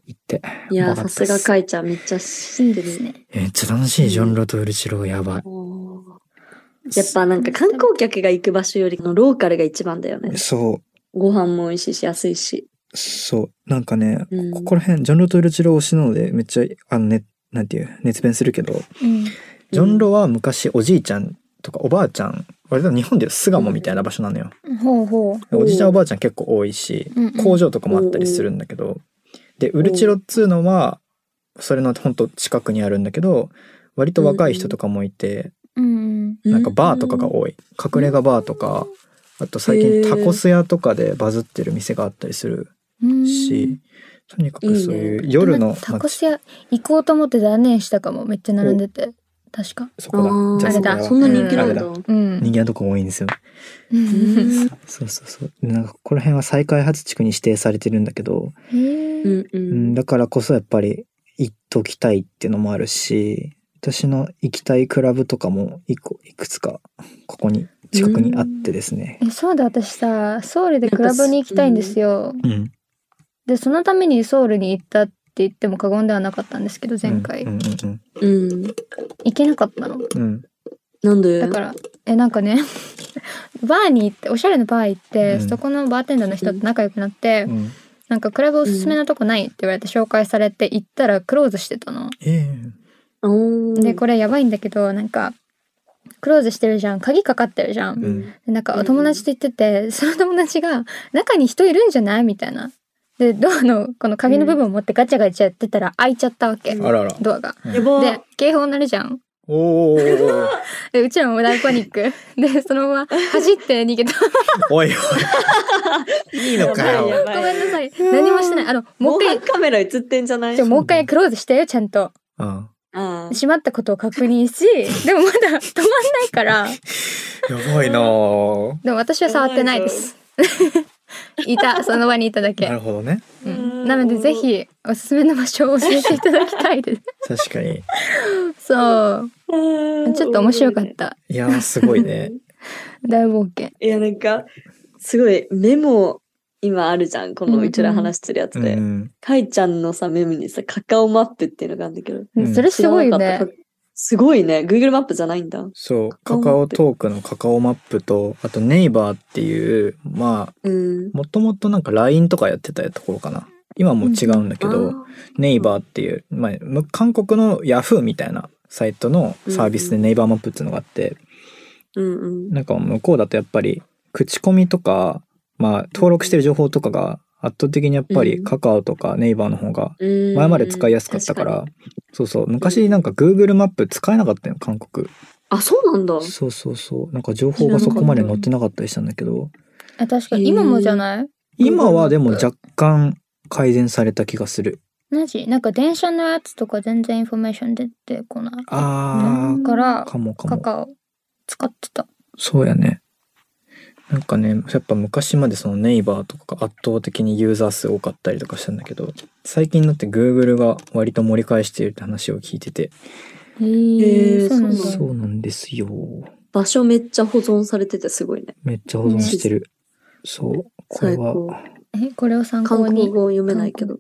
Speaker 2: 行って
Speaker 4: い
Speaker 2: わ
Speaker 4: や、
Speaker 2: か
Speaker 4: さ
Speaker 2: った
Speaker 4: す
Speaker 2: っ
Speaker 4: が
Speaker 2: す
Speaker 4: かいちゃん、めっちゃ知
Speaker 3: い
Speaker 4: っ
Speaker 3: い
Speaker 4: て
Speaker 3: で
Speaker 4: る
Speaker 3: す
Speaker 4: ね。
Speaker 3: ね
Speaker 2: めっちゃ楽しいジョンロとウルチロやばい
Speaker 4: おーやっぱなんか観光客が行く場所よりのローカルが一番だよね。
Speaker 2: そ
Speaker 4: ご飯も美味しいし、安いし。
Speaker 2: うそうなんかね、
Speaker 4: うん
Speaker 2: ここら辺ジョンロとウルチロ推しなのでめっちゃあのねなんていう熱弁するけど
Speaker 3: うん
Speaker 2: ジョンロは昔おじいちゃんとかおばあちゃん割と日本でいう巣鴨みたいな場所なのよ、
Speaker 3: ほうほ
Speaker 2: おじいちゃんおばあちゃん結構多いし
Speaker 3: う、うんうん、
Speaker 2: 工場とかもあったりするんだけど、でウルチロっつうのはそれのほんと近くにあるんだけど割と若い人とかもいて、
Speaker 3: うん
Speaker 2: なんかバーとかが
Speaker 4: い。
Speaker 2: 多い隠れ家バーとか、あと最
Speaker 4: へ
Speaker 2: 近
Speaker 4: ー
Speaker 2: タコス屋とかでバズってる店があったりする
Speaker 3: うん
Speaker 2: し、とにかくそういう
Speaker 3: でも
Speaker 2: 夜の
Speaker 3: タコス屋行こうと思って断念したかもめっちゃ並んでて確か
Speaker 2: そ
Speaker 4: あ
Speaker 2: こだ
Speaker 4: ー
Speaker 2: じゃ
Speaker 3: あれだ
Speaker 2: こ
Speaker 4: そんな人気なん
Speaker 2: う
Speaker 4: だ。
Speaker 2: あれ
Speaker 3: うん
Speaker 2: 人気なとこ多いんですよ
Speaker 3: う
Speaker 4: うん ん
Speaker 2: そうそうそうでなんかここら辺は再開発地区に指定されてるんだけど、
Speaker 3: へ
Speaker 4: う
Speaker 3: え
Speaker 4: んう
Speaker 2: うんん、だからこそやっぱり行っときたいっていうのもあるし私の行きたいクラブとかも一個いくつかここに近くにあってですね
Speaker 3: えそうだ私さソウルでクラブに行きたいんですよ
Speaker 2: うん、
Speaker 3: でそのためにソウルに行ったって言っても過言ではなかったんですけど前回、
Speaker 2: うんうん
Speaker 4: うん。
Speaker 3: 行けなかったの
Speaker 2: うんうん
Speaker 4: なんで
Speaker 3: だからえなんかね バーに行っておしゃれなバー行って、
Speaker 2: うん
Speaker 3: そこのバーテンダーの人と仲良くなって、
Speaker 2: うん
Speaker 3: なんかクラブおすすめなとこないって言われて紹介されて行ったらクローズしてたの。
Speaker 2: ええ
Speaker 4: おー
Speaker 3: でこれやばいんだけどなんかクローズしてるじゃん鍵かかってるじゃん。
Speaker 2: うん
Speaker 3: でなんか
Speaker 4: うん
Speaker 3: お友達と言っててその友達が「中に人いるんじゃない?」みたいな。でドアのこの鍵の部分を持ってガチャガチャやってたら開いちゃったわけ、
Speaker 4: うん
Speaker 2: あらら
Speaker 3: ドアが。
Speaker 4: やば
Speaker 3: で警報鳴るじゃん。
Speaker 2: おーおーおー
Speaker 3: でうちらも大パニックでそのまま走って逃げた
Speaker 2: お いおいいいのか
Speaker 4: やばいや
Speaker 2: よ
Speaker 4: ば
Speaker 3: ごめんなさい。何もしてない。あの、も
Speaker 4: 防
Speaker 3: う一
Speaker 4: 犯カメラ映ってんじゃない
Speaker 3: 回、ちょもう一回クローズしてよ、ちゃんと。
Speaker 2: うん
Speaker 4: あー
Speaker 3: 閉まったことを確認し、でもまだ止まんないから、
Speaker 2: やばいな
Speaker 3: で
Speaker 2: あ
Speaker 3: も私は触ってないです。いた、その場にいただ
Speaker 2: な
Speaker 3: け
Speaker 2: る。ほどね
Speaker 3: うん、なので、ぜひ、おすすめの場所を教えていただきたいで
Speaker 2: 確かに
Speaker 3: す。そう。ちょっと面白かっ。た。
Speaker 2: いやーすごいね
Speaker 3: 大冒険。
Speaker 4: いや、なんか、すごいメモ、今あるじゃん。このうちら話してるや つ
Speaker 2: う
Speaker 4: で。
Speaker 2: ん
Speaker 4: かいちゃんのさ、メモにさ、カカオマップっていうのがあるんだけど。
Speaker 2: うん
Speaker 3: それすごい
Speaker 4: 知らな
Speaker 3: ね
Speaker 4: かっ。たすごいね。Google マップじゃないんだ。
Speaker 2: そうカ
Speaker 4: カ
Speaker 2: カ
Speaker 4: カ
Speaker 2: オ
Speaker 4: オ
Speaker 2: トークのカカオマップとあとネイバーっていうまあ
Speaker 4: うん。
Speaker 2: もともとなんか LINE とかやってたところかな今もう違うんだけど、
Speaker 4: あー
Speaker 2: ネイバーっていう、まあ、む韓国の Yahoo みたいなサイトのサービスで
Speaker 4: うん
Speaker 2: ネイバーマップっていうのがあって、
Speaker 4: うん
Speaker 2: なんか向こうだとやっぱり口コミとか、まあ、登録してる情報とかが圧倒的にやっぱり
Speaker 4: うん
Speaker 2: カカオとかネイバーの方が
Speaker 4: うん。
Speaker 2: 前まで使いやすかったから、
Speaker 4: 確に。
Speaker 2: そうそう昔なんか Google マップ使えなかったよ韓国
Speaker 4: あ、そうなんだ。
Speaker 2: そうそうそうなんか情報がそこまで載ってなかったりしたんだけど
Speaker 3: あ確かに、今もじゃない
Speaker 2: 今はでも若干改善された気がする
Speaker 3: マジなんか電車のやつとか全然インフォメーション出てこない。
Speaker 2: あ
Speaker 3: だから
Speaker 2: ー、かもか
Speaker 3: カ
Speaker 2: も
Speaker 3: カオ使ってた。
Speaker 2: そうやねなんかねやっぱ昔までそのネイバーとかが圧倒的にユーザー数多かったりとかしたんだけど最近になって Google が割と盛り返しているって話を聞いてて、
Speaker 3: へ
Speaker 4: ー
Speaker 3: そうなんだ。
Speaker 4: ん
Speaker 2: そうなんですよ
Speaker 4: 場所めっちゃ保存されててすごいね。
Speaker 2: めっちゃ保存してる、そうこれ
Speaker 4: 最高
Speaker 2: は。
Speaker 3: えこれを参
Speaker 4: 韓
Speaker 3: 考
Speaker 4: 国
Speaker 3: に
Speaker 4: 語読めないけど。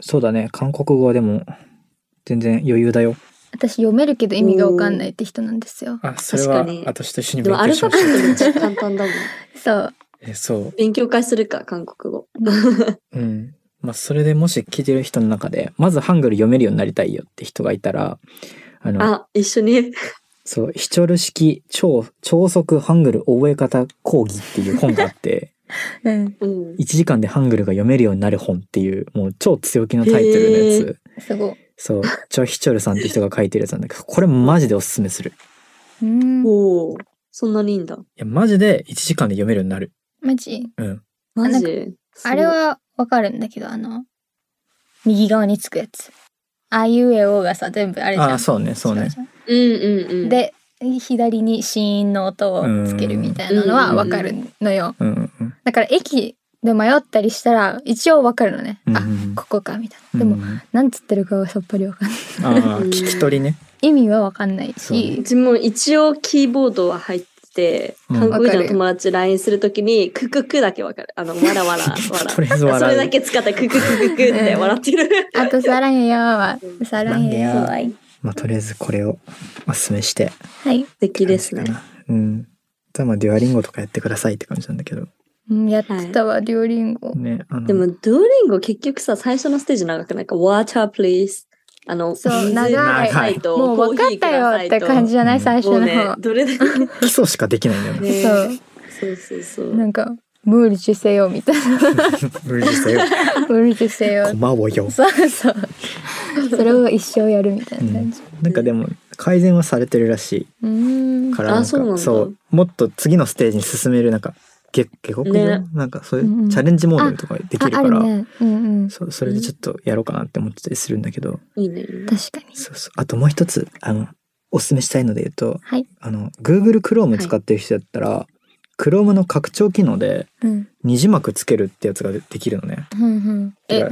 Speaker 2: そうだね韓国語はでも全然余裕だよ
Speaker 3: 私読めるけど意味がわかんないって人なんですよ。
Speaker 2: あそれは
Speaker 4: 確かに
Speaker 2: 私と一緒に
Speaker 4: で
Speaker 2: 勉
Speaker 4: もア
Speaker 2: 強
Speaker 4: ル
Speaker 2: し
Speaker 4: ファ
Speaker 2: ま
Speaker 4: ベット
Speaker 2: し
Speaker 4: めっちゃ簡単だもん。
Speaker 3: そう。
Speaker 2: た えそう
Speaker 4: 勉強会するか、韓国語。
Speaker 2: うん。まあ、それでもし聞いてる人の中で、まずハングル読めるようになりたいよって人がいたら、あの、
Speaker 4: あ、一緒に。
Speaker 2: そう、ヒチョル式超、超速ハングル覚え方講義っていう本があ って、
Speaker 3: うん、
Speaker 4: う
Speaker 2: 1
Speaker 4: ん。
Speaker 2: 時間でハングルが読めるようになる本っていう、もう超強気のタイトルのや
Speaker 4: へ
Speaker 2: つ。
Speaker 3: すごい。
Speaker 2: そう、チョヒチョルさんって人が書いてるやつなんだけど、これマジでおすすめする。
Speaker 3: うん、
Speaker 4: おお、そんなにいいんだ。
Speaker 2: いや、マジで1時間で読めるようになる。
Speaker 3: マジ
Speaker 2: うん。
Speaker 4: マ
Speaker 3: なん
Speaker 4: ジ
Speaker 3: かあれはわかるんだけど、あの、右側につくやつ。あいうえおがさ、全部あれじゃん。
Speaker 2: ああ、そうね、そうね。
Speaker 3: 違う
Speaker 4: うんうんう
Speaker 3: じゃ
Speaker 4: ん。
Speaker 3: ん。、で、左に子音の音をつけるみたいなのはわかるのよ。
Speaker 2: うんうんうん。
Speaker 3: だから駅で迷ったりしたら、一応わかるのね。
Speaker 2: うんう
Speaker 3: あ
Speaker 2: ん、
Speaker 3: ここか、みたいな。で
Speaker 2: で
Speaker 3: も、
Speaker 2: あ
Speaker 3: なんつってるかはさっぱりわかんない。
Speaker 2: あ、聞き取りね。
Speaker 3: 意味はわかんない
Speaker 2: そうね
Speaker 3: し、
Speaker 4: うちも一応キーボードは入ってて、
Speaker 2: うん
Speaker 4: 韓国人の友達 LINE するときに、クククだけわかる。あの、わ らわら、わ
Speaker 2: とりあえず
Speaker 4: ら。そ
Speaker 2: 笑
Speaker 4: れ
Speaker 2: う
Speaker 4: だけ使って、クククククって笑っ てる。
Speaker 3: あと、さらんやは、さらんや
Speaker 2: さらんや
Speaker 3: はい。
Speaker 2: まあ、とりあえずこれをおすすめして。
Speaker 3: はい。
Speaker 4: 素敵ですね。
Speaker 2: うん。ただまあ、デュアリンゴとかやってくださいって感じなんだけど。
Speaker 3: うんやってたわ、デュオリンゴ。
Speaker 2: ね、あの、
Speaker 4: でも、ドゥオリンゴ結局さ、最初のステージ長くないか、water please。あの、
Speaker 3: そう
Speaker 4: 水
Speaker 3: 長
Speaker 2: い
Speaker 4: くださいと
Speaker 3: もう分かったよって感じじゃない
Speaker 2: コ
Speaker 3: 最初
Speaker 4: もう
Speaker 3: の
Speaker 4: ね
Speaker 3: 方、。
Speaker 4: どれだけ。
Speaker 2: 基礎しかできないんだよね。
Speaker 4: ね
Speaker 3: そ。
Speaker 4: そうそうそうう。
Speaker 3: なんか、無理してせよみたいな。
Speaker 2: 無理ですよ。
Speaker 3: 無理してせよ。
Speaker 2: 駒をよ。
Speaker 3: そうそう。それを一生やるみたいな感じ。
Speaker 2: なんかでも、改善はされてるらし
Speaker 3: うーん
Speaker 2: い。からなんか
Speaker 4: あそうなんだ
Speaker 2: そうもっと次のステージに進める、なんか、下下克上、
Speaker 4: ね
Speaker 2: なんかそうい
Speaker 3: うんう
Speaker 2: うんチャレンジモードとかできるから、
Speaker 3: あ、あるね。うんうん。
Speaker 2: そうそれでちょっとやろうかなって思ってたりするんだけど、
Speaker 4: いいね。いいね
Speaker 3: 確かに。
Speaker 2: そうそう。あともう一つ、あの、おすすめしたいので言うと、
Speaker 3: はい
Speaker 2: あの、Google Chrome 使ってる人だったら、Chrome の拡張機能で
Speaker 3: うん。
Speaker 2: 二字幕つけるってやつがでできるのね。
Speaker 3: うんうん。
Speaker 2: だ
Speaker 3: え
Speaker 2: か、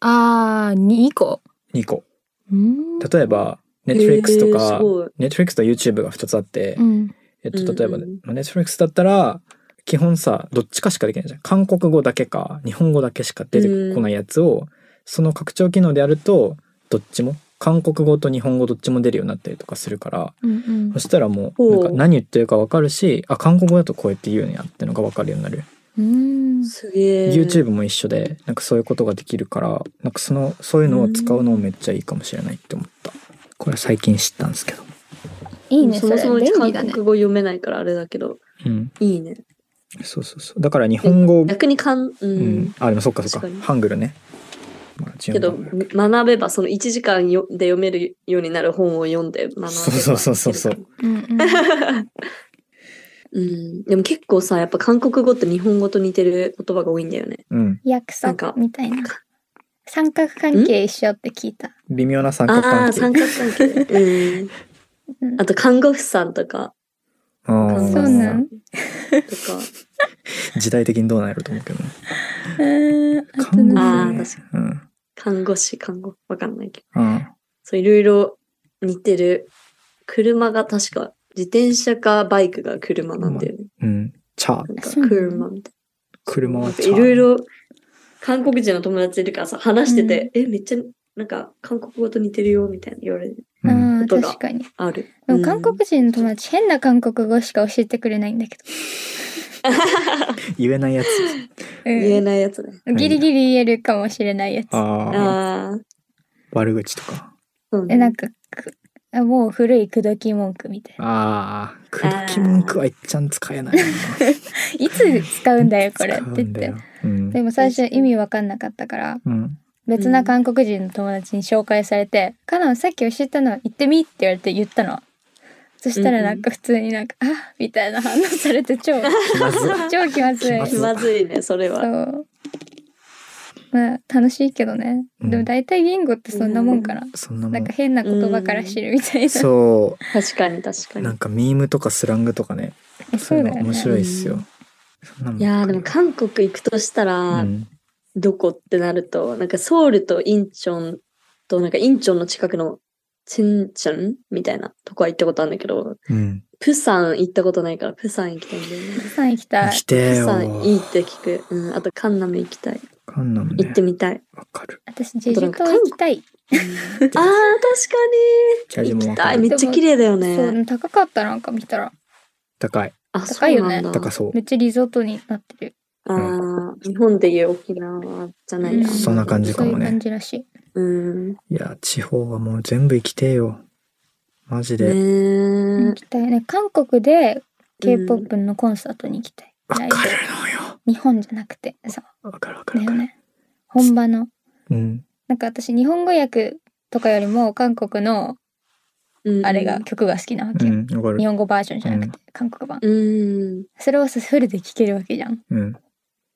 Speaker 3: あー、2個。
Speaker 2: 2個。
Speaker 3: うーん。
Speaker 2: 例えば、Netflix と
Speaker 4: えー
Speaker 2: か
Speaker 4: す、ごい
Speaker 2: Netflix と YouTube が2つあって、
Speaker 3: うん。
Speaker 2: えっと、例えば、
Speaker 4: うんうん
Speaker 2: まあ Netflix だったら、基本さ、どっちかしかできないじゃん。韓国語だけか、日本語だけしか出てこないやつを、その拡張機能でやると、どっちも、韓国語と日本語どっちも出るようになったりとかするから、
Speaker 3: うんうん
Speaker 2: そしたらもう、
Speaker 4: ほ
Speaker 2: な
Speaker 4: うん
Speaker 2: か何言ってるかわかるし、あ、韓国語だとこうやって言うんやってのがわかるようになる。
Speaker 3: うーん。
Speaker 4: すげえ。
Speaker 2: YouTube も一緒で、なんかそういうことができるから、なんかその、そういうのを使うのもめっちゃいいかもしれないって思った。これは最近知ったんですけど。
Speaker 3: いいね、
Speaker 4: そ
Speaker 3: そ
Speaker 4: も
Speaker 3: れ。
Speaker 4: そもうち
Speaker 3: 便
Speaker 4: 韓
Speaker 3: 利だ
Speaker 4: 国
Speaker 3: ね。
Speaker 4: 語読めないからあれだけど、
Speaker 2: うん。
Speaker 4: いいね。
Speaker 2: そうそうそう。だから日本語、
Speaker 4: 逆にかん、う
Speaker 2: うんん。。あ、でもそっかそっか。
Speaker 4: 確かに
Speaker 2: ハングルね。まあ、
Speaker 4: け
Speaker 2: 順
Speaker 4: ど
Speaker 2: 番
Speaker 4: 学べばその1時間よで読めるようになる本を読んで学べば
Speaker 2: そうそうそうそうそう
Speaker 4: いけるか
Speaker 3: うんうん。
Speaker 4: もうん、でも結構さやっぱ韓国語って日本語と似てる言葉が多いんだよね
Speaker 2: うん。
Speaker 3: 約
Speaker 4: なんか
Speaker 3: 束みたいな。三角関係一緒って聞いた。
Speaker 2: 微妙な三角
Speaker 4: ああ
Speaker 2: 関
Speaker 4: ー
Speaker 2: 係。
Speaker 4: 三角関係うん
Speaker 3: うん
Speaker 4: あと看護婦さんとか
Speaker 2: あー
Speaker 3: そうなん
Speaker 4: とか
Speaker 2: 時代的にどうなんやろうと思うけどね。
Speaker 3: うん。あと
Speaker 2: 韓
Speaker 3: なん
Speaker 2: 国
Speaker 3: だ
Speaker 4: あ
Speaker 2: ね
Speaker 4: ー確
Speaker 2: うん。
Speaker 4: 看護師看護わかんないけど
Speaker 2: うん。
Speaker 4: そういろいろ似てる車が確か自転車かバイクが車なんだよね、
Speaker 2: うん。チャー。
Speaker 4: なんか
Speaker 3: そうなの
Speaker 4: 車みたいな
Speaker 2: 車はチャー。
Speaker 4: いろいろ韓国人の友達いるからさ話してて、えめっちゃなんか韓国語と似てるよみたいな言われる
Speaker 2: うん。
Speaker 3: あー
Speaker 4: ことが
Speaker 3: 確かに。
Speaker 4: ある。
Speaker 3: でも韓国人の友達、変な韓国語しか教えてくれないんだけど。
Speaker 2: 言えないやつ。
Speaker 4: うん言え
Speaker 3: う
Speaker 4: ないやつね。
Speaker 3: ん、ギリギリ言えるかもしれないやつ。
Speaker 2: ああ。
Speaker 4: ああ、
Speaker 2: 悪口とか。
Speaker 4: そう
Speaker 3: え、
Speaker 4: ね。
Speaker 3: なんか、くあもう古い口説き文句みたい な。
Speaker 2: ああ。口説き文句はいっちゃん使えないな。
Speaker 3: いつ使うん だよ、これ
Speaker 2: 使
Speaker 3: っ
Speaker 2: う
Speaker 3: て
Speaker 2: んだ
Speaker 3: 言っ
Speaker 2: よ
Speaker 3: て。。
Speaker 2: うん
Speaker 3: で。も最初意味わかんなかったから、
Speaker 2: うん。
Speaker 3: 別な韓国人の友達に紹介されて「カナンさっき教えたの言ってみ」って言われて言ったのそしたらなんか普通になんか「あみたいな反応されて 超
Speaker 2: 気まずい。
Speaker 3: 超気まずい
Speaker 2: 気ま
Speaker 4: 気
Speaker 2: ず
Speaker 3: そ
Speaker 4: まずいね、それは。
Speaker 3: うまあ楽しいけどね、
Speaker 2: うん
Speaker 3: でも大体言語ってそんなもんかな、
Speaker 2: そんなも
Speaker 3: なん
Speaker 2: ん
Speaker 3: か。変な言葉から知るみたいな、
Speaker 2: そ
Speaker 4: 確かに確か
Speaker 2: う。
Speaker 4: に
Speaker 2: な。んかミームとかスラングとかね。
Speaker 3: え
Speaker 2: そ
Speaker 3: そう
Speaker 2: いう
Speaker 3: うだ
Speaker 2: の
Speaker 3: よ
Speaker 2: 面
Speaker 3: ね
Speaker 2: 白いっすよ。そんなもん
Speaker 4: いやーでも韓国行くとしたら、
Speaker 2: うん
Speaker 4: どこってなると、なんかソウルとインチョンと、なんかインチョンの近くのチェンチョンみたいなとこは行ったことあるんだけど、
Speaker 2: うん。
Speaker 4: プサン行ったことないから、プサン行きたいんだよね。
Speaker 3: さん行きたい
Speaker 2: 来て
Speaker 4: プサンいい
Speaker 2: よ。
Speaker 4: って聞く。うん、あとカンナム行きたい。
Speaker 2: カンナム
Speaker 4: 行っ
Speaker 2: ね
Speaker 4: て。みたい。
Speaker 2: わかる。
Speaker 3: 私ジェジュ島行きたい
Speaker 4: あー確か
Speaker 2: キャ
Speaker 4: に
Speaker 2: ジ
Speaker 4: 行
Speaker 2: も
Speaker 4: き
Speaker 2: わ
Speaker 4: た
Speaker 2: か
Speaker 4: い
Speaker 2: る。
Speaker 4: めっちゃ綺麗だよ
Speaker 3: そうで
Speaker 4: ね
Speaker 3: も高かったなんか見たら
Speaker 2: 高い。
Speaker 4: あ
Speaker 3: 高いよね
Speaker 4: そうなんだ
Speaker 2: 高そう
Speaker 3: め。っちゃリゾートになってる
Speaker 4: あー日本でいう沖縄じゃないや
Speaker 3: うん
Speaker 2: そんな感じ
Speaker 3: そ
Speaker 2: か
Speaker 3: うい
Speaker 2: も
Speaker 3: う
Speaker 2: ね
Speaker 3: 感じらしい
Speaker 4: うん
Speaker 2: いや、地方はもう全部行きてえよ。マジで。
Speaker 3: 行
Speaker 4: ねえ
Speaker 3: きたいね韓国で K-POP のコンサートに行きたい、
Speaker 2: わか
Speaker 3: ライ
Speaker 2: る
Speaker 3: ブ
Speaker 2: のよ。
Speaker 3: 日本じゃなくてそう
Speaker 2: わかるわか
Speaker 3: だ
Speaker 2: るわ
Speaker 3: よ
Speaker 2: かる。
Speaker 3: ね本場の
Speaker 2: うん。
Speaker 3: なんか私日本語訳とかよりも韓国の
Speaker 4: うん
Speaker 3: あれが、曲が好きなわ
Speaker 2: う
Speaker 3: けよ、
Speaker 2: ん。わかる
Speaker 3: 日。本語バージョンじゃなくて、韓国版
Speaker 4: うん、
Speaker 3: それをさフルで聴けるわけじゃん
Speaker 2: うん。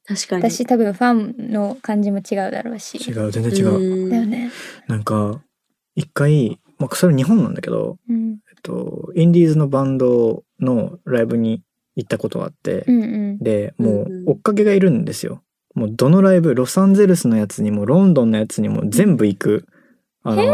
Speaker 4: 確かに。
Speaker 3: 私多分ファンの感じも違うだろうし
Speaker 2: 違う、全然違う。
Speaker 4: うん
Speaker 3: だよね
Speaker 2: なんか、一回、まあ、それ日本なんだけど、
Speaker 3: うん
Speaker 2: えっと、インディーズのバンドのライブに行ったことがあって、
Speaker 3: うんうん
Speaker 2: でも
Speaker 4: うんうん
Speaker 2: う追っかけがいるんですよ。もうどのライブロサンゼルスのやつにもロンドンのやつにも全部行くあの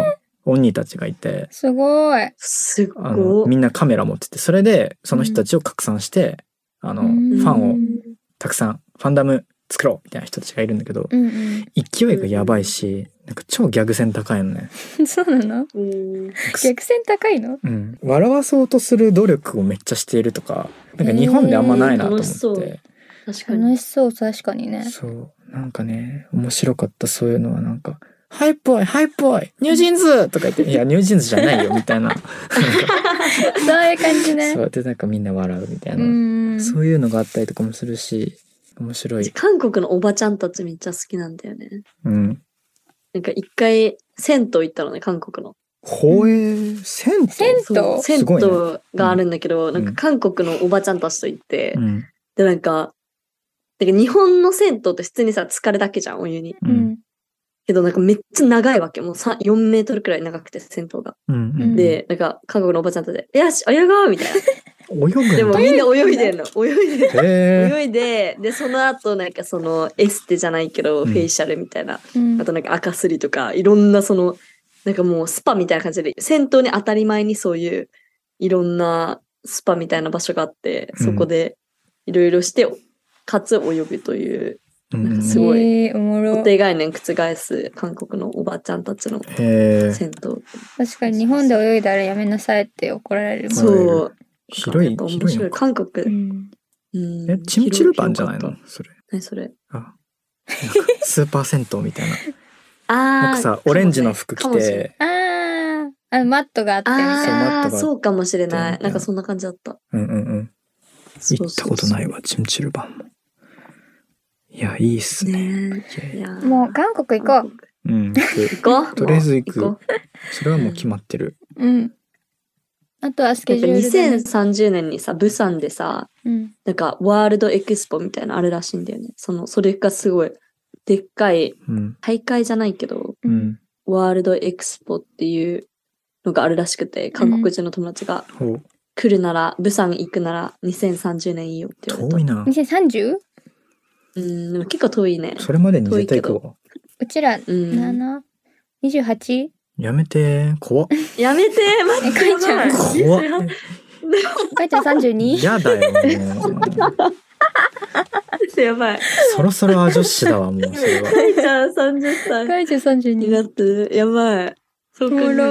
Speaker 2: オンニーたちがいて
Speaker 3: すごい
Speaker 4: すっ
Speaker 2: あの
Speaker 4: ごい。
Speaker 2: みんなカメラ持っててそれでその人たちを拡散して、あの
Speaker 3: う
Speaker 2: フ
Speaker 3: ん
Speaker 2: ァンを
Speaker 3: うん
Speaker 2: たくさんファンダム作ろうみたいな人たちがいるんだけど
Speaker 3: うん
Speaker 2: 勢いがやばいしなんか超ギャグ線高いのね。
Speaker 3: うんそうなの
Speaker 4: うん
Speaker 3: 逆線高いの
Speaker 2: うん、笑わそうとする努力をめっちゃしているとかなんか日本であんまないなと思っ
Speaker 4: へー楽しそ
Speaker 2: て
Speaker 4: う、確か
Speaker 3: 楽
Speaker 4: に。
Speaker 3: し そう確かにね
Speaker 2: そうなんかね面白かったそういうのはなんか「ハイぽいハイぽいニュージーンズ!」とか言って「いやニュージーンズじゃない よ」みたいななんか
Speaker 3: そういう感じね
Speaker 2: そうやってなんかみんな笑うみたいうな、
Speaker 3: ん
Speaker 2: そういうのがあったりとかもするし面白い、
Speaker 4: 韓国のおばちゃんたちめっちゃ好きなんだよね。
Speaker 2: うん、
Speaker 4: なんか一回、銭湯行ったのね、韓国の。
Speaker 2: 公営銭湯
Speaker 3: 銭湯
Speaker 4: そう銭
Speaker 2: すごいね
Speaker 4: 湯があるんだけど、
Speaker 2: ん
Speaker 4: なんか韓国のおばちゃんたちと行って、
Speaker 2: うん
Speaker 4: で、なんか、なんか日本の銭湯って普通にさ、浸かるだけじゃん、お湯に。
Speaker 2: う
Speaker 3: うんん
Speaker 4: けどなんかめっちゃ長いわけ。もうさ4メートルくらい長くて、銭湯が。
Speaker 2: うんうん
Speaker 4: で、なんか韓国のおばちゃんたちで、よし、泳ごうみたいな。
Speaker 2: 泳ぐんだ
Speaker 4: でもみんな泳いでん の。泳いでんの。
Speaker 2: へえ
Speaker 4: 泳いで、で、その後、なんかその、エステじゃないけど、
Speaker 2: ん
Speaker 4: フェイシャルみたいな、
Speaker 3: うん
Speaker 4: あとなんか赤すりとか、いろんなその、なんかもうスパみたいな感じで、銭湯に当たり前にそういう、いろんなスパみたいな場所があって、そこでいろいろして、かつ泳ぐという、
Speaker 2: うんうん
Speaker 4: すごい
Speaker 3: えーおもろ
Speaker 4: 固定概念覆す韓国のおばちゃんたちの
Speaker 2: へえ
Speaker 4: 銭
Speaker 3: 確かに日本で泳いだらやめなさいって怒られる
Speaker 4: 湯。
Speaker 3: もん
Speaker 2: そう
Speaker 4: そう。
Speaker 2: 広
Speaker 4: なん
Speaker 2: い
Speaker 4: か面
Speaker 2: 広い
Speaker 4: 白
Speaker 2: の
Speaker 4: い。
Speaker 2: か
Speaker 4: 韓
Speaker 3: う
Speaker 4: 国。
Speaker 3: ん
Speaker 4: うん
Speaker 2: えチムチルパンじゃないのそれ
Speaker 4: 何それ。
Speaker 2: あなんかスーパー銭湯みたい な
Speaker 4: ああ。
Speaker 2: なんかさオレンジの服着て
Speaker 3: あーあのマットがあってみたいな
Speaker 4: あ
Speaker 2: 迫
Speaker 4: あ
Speaker 2: っ
Speaker 4: ー、
Speaker 2: た
Speaker 4: そうかもしれ
Speaker 2: みたい
Speaker 4: ない。
Speaker 2: な
Speaker 4: なんかそんな感じだった。
Speaker 2: うんうんうん。行ったことないわ、チムチルバンも。いや、いいっすね。
Speaker 4: ねえ。いやー
Speaker 3: もう韓国行こう
Speaker 2: うん。で
Speaker 4: 行こう。
Speaker 2: とりあえず行く
Speaker 4: もうこ
Speaker 2: それはもう決まってる。
Speaker 3: うんあとはス
Speaker 4: う
Speaker 3: ケジュールだ
Speaker 4: や
Speaker 3: ね
Speaker 4: っぱ2030年にさ、釜山でさ、
Speaker 3: うん
Speaker 4: なんかワールドエクスポみたいなのあるらしいんだよね。その、それがすごい、でっかい
Speaker 2: うん。
Speaker 4: 大会じゃないけど、
Speaker 2: う
Speaker 3: うんん。
Speaker 4: ワールドエクスポっていうのがあるらしくて、韓国人の友達が
Speaker 2: ほう。
Speaker 4: 来るなら、釜山行くなら2030年いいよって言われた。
Speaker 2: 遠いな。
Speaker 3: 2030?
Speaker 4: うん、でも結構遠いね。
Speaker 2: それまでに絶対行くわ。
Speaker 3: うちら
Speaker 4: うん。
Speaker 3: 7 28?
Speaker 2: やめて。怖っ。
Speaker 4: やめて待って
Speaker 3: えかいちゃん
Speaker 4: やば い
Speaker 2: 怖っ。
Speaker 3: かいちゃん 32?
Speaker 2: 嫌だよ、もう。
Speaker 4: やばい。
Speaker 2: そろそろアジョッシュだわ、もう、それは。
Speaker 4: かいちゃん30歳
Speaker 3: かいちゃん
Speaker 4: に
Speaker 3: 32?
Speaker 4: なってる。やばい。そう考えたら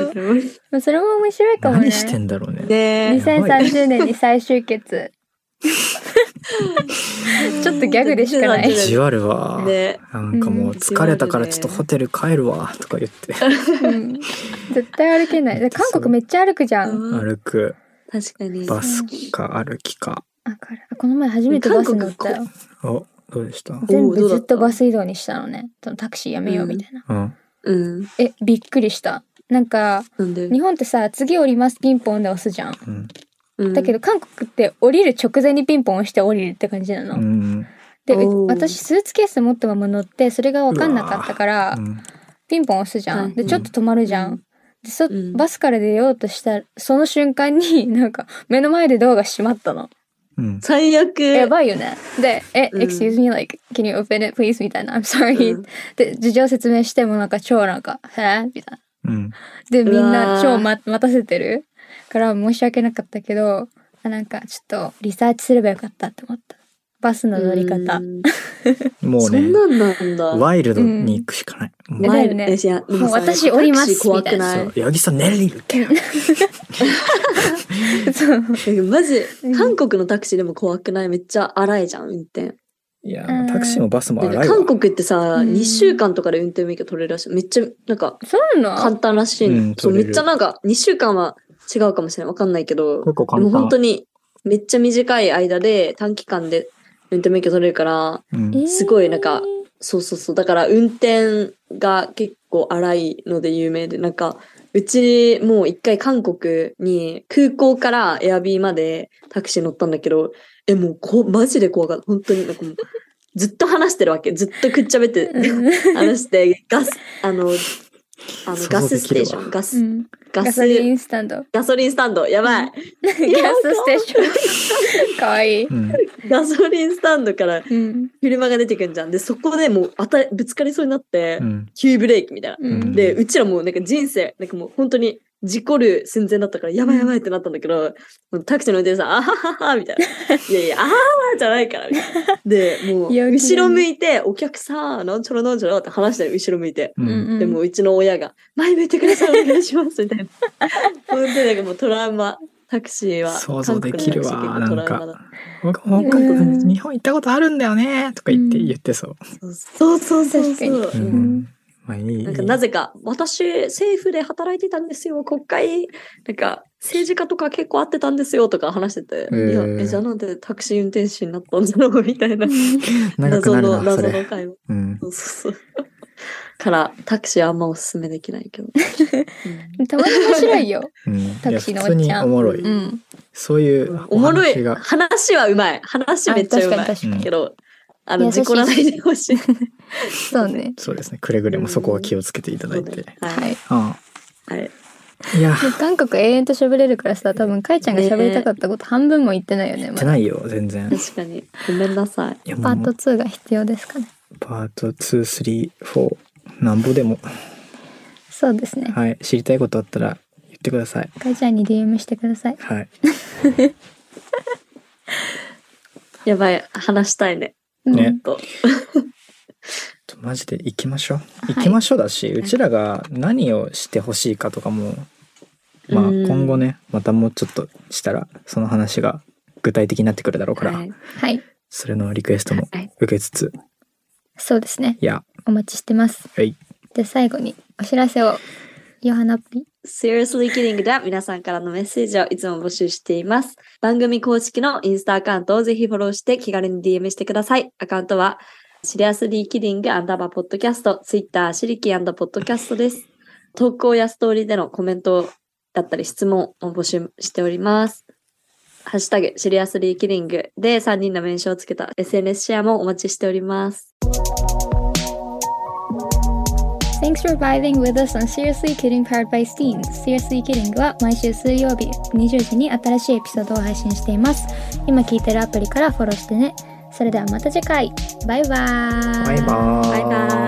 Speaker 3: まあそれも面白いかもね
Speaker 2: 何してんだろうね。
Speaker 4: ねえ。
Speaker 3: 2030年に最終決ちょっとギャグでしかな
Speaker 4: ね
Speaker 3: い
Speaker 2: じわるわ。
Speaker 4: ね
Speaker 2: なんかもう疲れたからちょっとホテル帰るわとか言って
Speaker 3: うん絶対歩けないで韓国めっちゃ歩くじゃん
Speaker 4: うん
Speaker 2: 歩く
Speaker 4: 確かに。
Speaker 2: バスか歩きか
Speaker 3: わかるこの前初めてバス乗ったよ
Speaker 2: おどうでした
Speaker 4: 国
Speaker 3: 全
Speaker 4: おうど
Speaker 3: 部
Speaker 4: う
Speaker 3: ず
Speaker 4: だっ
Speaker 3: ったとバス移動にしたのねそのタクシーやめようみたいな、
Speaker 2: うん
Speaker 4: うん。
Speaker 3: えびっくりしたなんか
Speaker 4: なんで。
Speaker 3: 日本ってさ次降りますピンポンで押すじゃん
Speaker 2: うん
Speaker 4: うん
Speaker 3: だけど韓国って降りる直前にピンポン押して降りるって感じなの、
Speaker 2: うん
Speaker 3: で
Speaker 4: お
Speaker 3: う
Speaker 4: ー
Speaker 3: 私スーツケース持ったまま乗ってそれが分かんなかったから
Speaker 2: うん
Speaker 3: ピンポン押すじゃんで
Speaker 4: うん
Speaker 3: ちょっと止まるじゃん、
Speaker 4: うん
Speaker 3: でそ
Speaker 4: うん
Speaker 3: バスから出ようとしたその瞬間に なんか目の前でドアが閉まったの
Speaker 2: うん
Speaker 4: 最悪。
Speaker 3: やばいよね。で、え、
Speaker 4: うん
Speaker 3: excuse me, like, can you open it please? みたいな、I'm sorry、
Speaker 4: うん
Speaker 3: で、事情説明してもなんか超なんか、へみたいな。
Speaker 2: うん
Speaker 3: で、みん
Speaker 4: うわ
Speaker 3: な
Speaker 4: ー
Speaker 3: 超待待たせてるから申し訳なかったけど、あなんかちょっとリサーチすればよかったって思った。バスの乗り方
Speaker 4: う。ん
Speaker 2: もう
Speaker 4: そん
Speaker 2: ね
Speaker 4: なんなんだ。
Speaker 2: ワイルドに行くしかない、
Speaker 3: え
Speaker 2: もう
Speaker 3: だよね
Speaker 4: えいやで
Speaker 3: もう
Speaker 4: さ
Speaker 3: 私降ります
Speaker 4: タクシー怖くな
Speaker 2: そ
Speaker 4: いう
Speaker 2: 八木さんネリーって
Speaker 3: そう。
Speaker 4: えマジ
Speaker 3: うん、
Speaker 4: 韓国のタクシーでも怖くないめっちゃ荒いじゃん、運転。
Speaker 2: いや
Speaker 3: うん
Speaker 2: タクシーもバスも
Speaker 4: なん
Speaker 2: 荒
Speaker 4: か
Speaker 2: いわ
Speaker 4: 韓国ってさ、
Speaker 3: うん
Speaker 4: 2週間とかで運転免許取れるらしい。めっちゃ、なんか、
Speaker 3: そうな
Speaker 4: 簡
Speaker 3: の
Speaker 4: 単らしい
Speaker 2: うん
Speaker 4: の。そう、
Speaker 2: 取れ
Speaker 4: め
Speaker 2: る
Speaker 4: っちゃなんか、2週間は違うかもしれない。わかんないけど、
Speaker 2: 結構
Speaker 4: で
Speaker 2: 簡
Speaker 4: も
Speaker 2: 単。
Speaker 4: 本当にめっちゃ短い間で短期間で運転免許取れるから、
Speaker 2: うん
Speaker 4: すごいなんかそうそうそう。だから運転が結構荒いので有名で、なんか、うちもう一回韓国に空港からエアビーまでタクシー乗ったんだけど、え、もうこう、マジで怖かった。本当になんかもう、ずっと話してるわけ。ずっとくっちゃべ って
Speaker 3: うん
Speaker 4: 話して、ガス、あの、あの
Speaker 2: 想像できるわ
Speaker 4: ガスステーション、ガ
Speaker 3: う
Speaker 4: ス、
Speaker 3: ん
Speaker 4: ガ
Speaker 3: ガ
Speaker 4: ス
Speaker 3: ソ、リンスタンド
Speaker 4: ガソリンスタンド、やばい。
Speaker 3: ガスステーションかわいい、
Speaker 2: うん
Speaker 4: ガソリンスタンドから
Speaker 3: うん
Speaker 4: 車が出てくんじゃん。で、そこでもう当たり、ぶつかりそうになって、
Speaker 2: うん
Speaker 4: 急ブレーキみたいな。
Speaker 3: うん、
Speaker 4: で、うちらもうなんか人生、なんかもう本当に事故る寸前だったから、やばいやばいってなったんだけど、もうタクシーの運転手さん、あははは、みたいな。 いやいや、あははじゃないから、みたいな。で、もう、
Speaker 3: 陽気だね
Speaker 4: 後ろ向いて、お客さん、なんちょろなんちょろって話してる、後ろ向いて。
Speaker 2: うんうん
Speaker 4: でも、うちの親が、前向いてください、お願いします、み たいな。本当になんかもうトラウマ、タクシーは、
Speaker 2: 想像できるわ
Speaker 4: 韓国のタクシー結構トラウマだ
Speaker 2: 僕も韓国に日本行ったことあるんだよねとか言って
Speaker 3: うん
Speaker 2: 言ってそう。
Speaker 4: そうそうそうそう
Speaker 3: 確かに
Speaker 4: そうう。
Speaker 3: ん
Speaker 2: んまあいい。
Speaker 4: なんかなぜか、私、政府で働いてたんですよ、国会、なんか、政治家とか結構会ってたんですよとか話してて、
Speaker 2: へー
Speaker 4: いや、え、じゃあなんでタクシー運転手になったんだろうみたいな、
Speaker 2: 長くなる
Speaker 4: の、
Speaker 2: なそ
Speaker 4: 謎
Speaker 2: れ。
Speaker 4: の会話。
Speaker 2: うん。
Speaker 4: そうそうそう。から、タクシーはあんまおすすめできない けど。うん
Speaker 3: たまに面白いよ、
Speaker 2: うん。い
Speaker 3: タ
Speaker 2: や
Speaker 3: クシ
Speaker 2: 普
Speaker 3: ーの
Speaker 2: 通
Speaker 3: おっ
Speaker 2: に
Speaker 3: ちゃん
Speaker 2: おもろ
Speaker 4: う
Speaker 2: い。
Speaker 3: ん、
Speaker 2: そういう
Speaker 4: おもろい
Speaker 2: 話。が
Speaker 4: 話はうまい。話めっちゃうま
Speaker 3: あ確か
Speaker 2: に確か
Speaker 4: い。
Speaker 2: に
Speaker 4: けど、あ
Speaker 3: い
Speaker 4: の、
Speaker 3: や
Speaker 4: 事故らないでほしい。
Speaker 3: そうね
Speaker 2: そうですね。くれぐれもそこは気をつけていただいて。
Speaker 4: は。
Speaker 3: はいい
Speaker 2: あ
Speaker 4: はい。
Speaker 2: あ いや
Speaker 3: で韓国永遠と喋れるからさ多分かいちゃんが喋りたかったこと半分も言ってないよね
Speaker 2: 言
Speaker 3: ま
Speaker 2: っ
Speaker 3: だ
Speaker 2: てないよ全然。
Speaker 4: 確かに。ごめんなさい。
Speaker 2: いや
Speaker 3: パー
Speaker 2: も
Speaker 3: ト
Speaker 2: う
Speaker 3: 2が必要ですかね
Speaker 2: パート2、3、4なんぼでも
Speaker 3: そうですね
Speaker 2: はい知りたいことあったら言ってください。
Speaker 3: かいちゃんに DM してください
Speaker 2: はい。
Speaker 4: やばい。話したいね。
Speaker 2: ね
Speaker 4: ほんと。
Speaker 2: ちょマジで行きましょう。行きましょうだし、うちらが何をしてほしいかとかも、まあ
Speaker 4: うん
Speaker 2: 今後ね、またもうちょっとしたら、その話が具体的になってくるだろうから、
Speaker 4: はい
Speaker 3: はい
Speaker 2: それのリクエストも
Speaker 4: はい
Speaker 2: 受けつつ、
Speaker 3: そうですね
Speaker 2: いや、
Speaker 3: お待ちしてます
Speaker 2: はい。
Speaker 3: で最後にお知らせをヨハナピ
Speaker 4: Seriously Kidding では皆さんからのメッセージをいつも募集しています。番組公式のインスタアカウントをぜひフォローして気軽に DM してください。アカウントは Seriously Kidding アンダーバーポッドキャスト、Twitter シリキアンダーポッドキャストです。投稿やストーリーでのコメントだったり質問を募集しております。ハッシュタグ、シリアスリーキリングで3人の名称をつけた SNS シェアもお待ちしております。
Speaker 3: Thanks for vibing with us on Seriously Kidding Powered by Steam. Seriously Kidding は毎週水曜日20時に新しいエピソードを配信しています。今聞いてるアプリからフォローしてね。それではまた次回。バイバーイ。
Speaker 2: バイバーイ。
Speaker 4: バイバーイ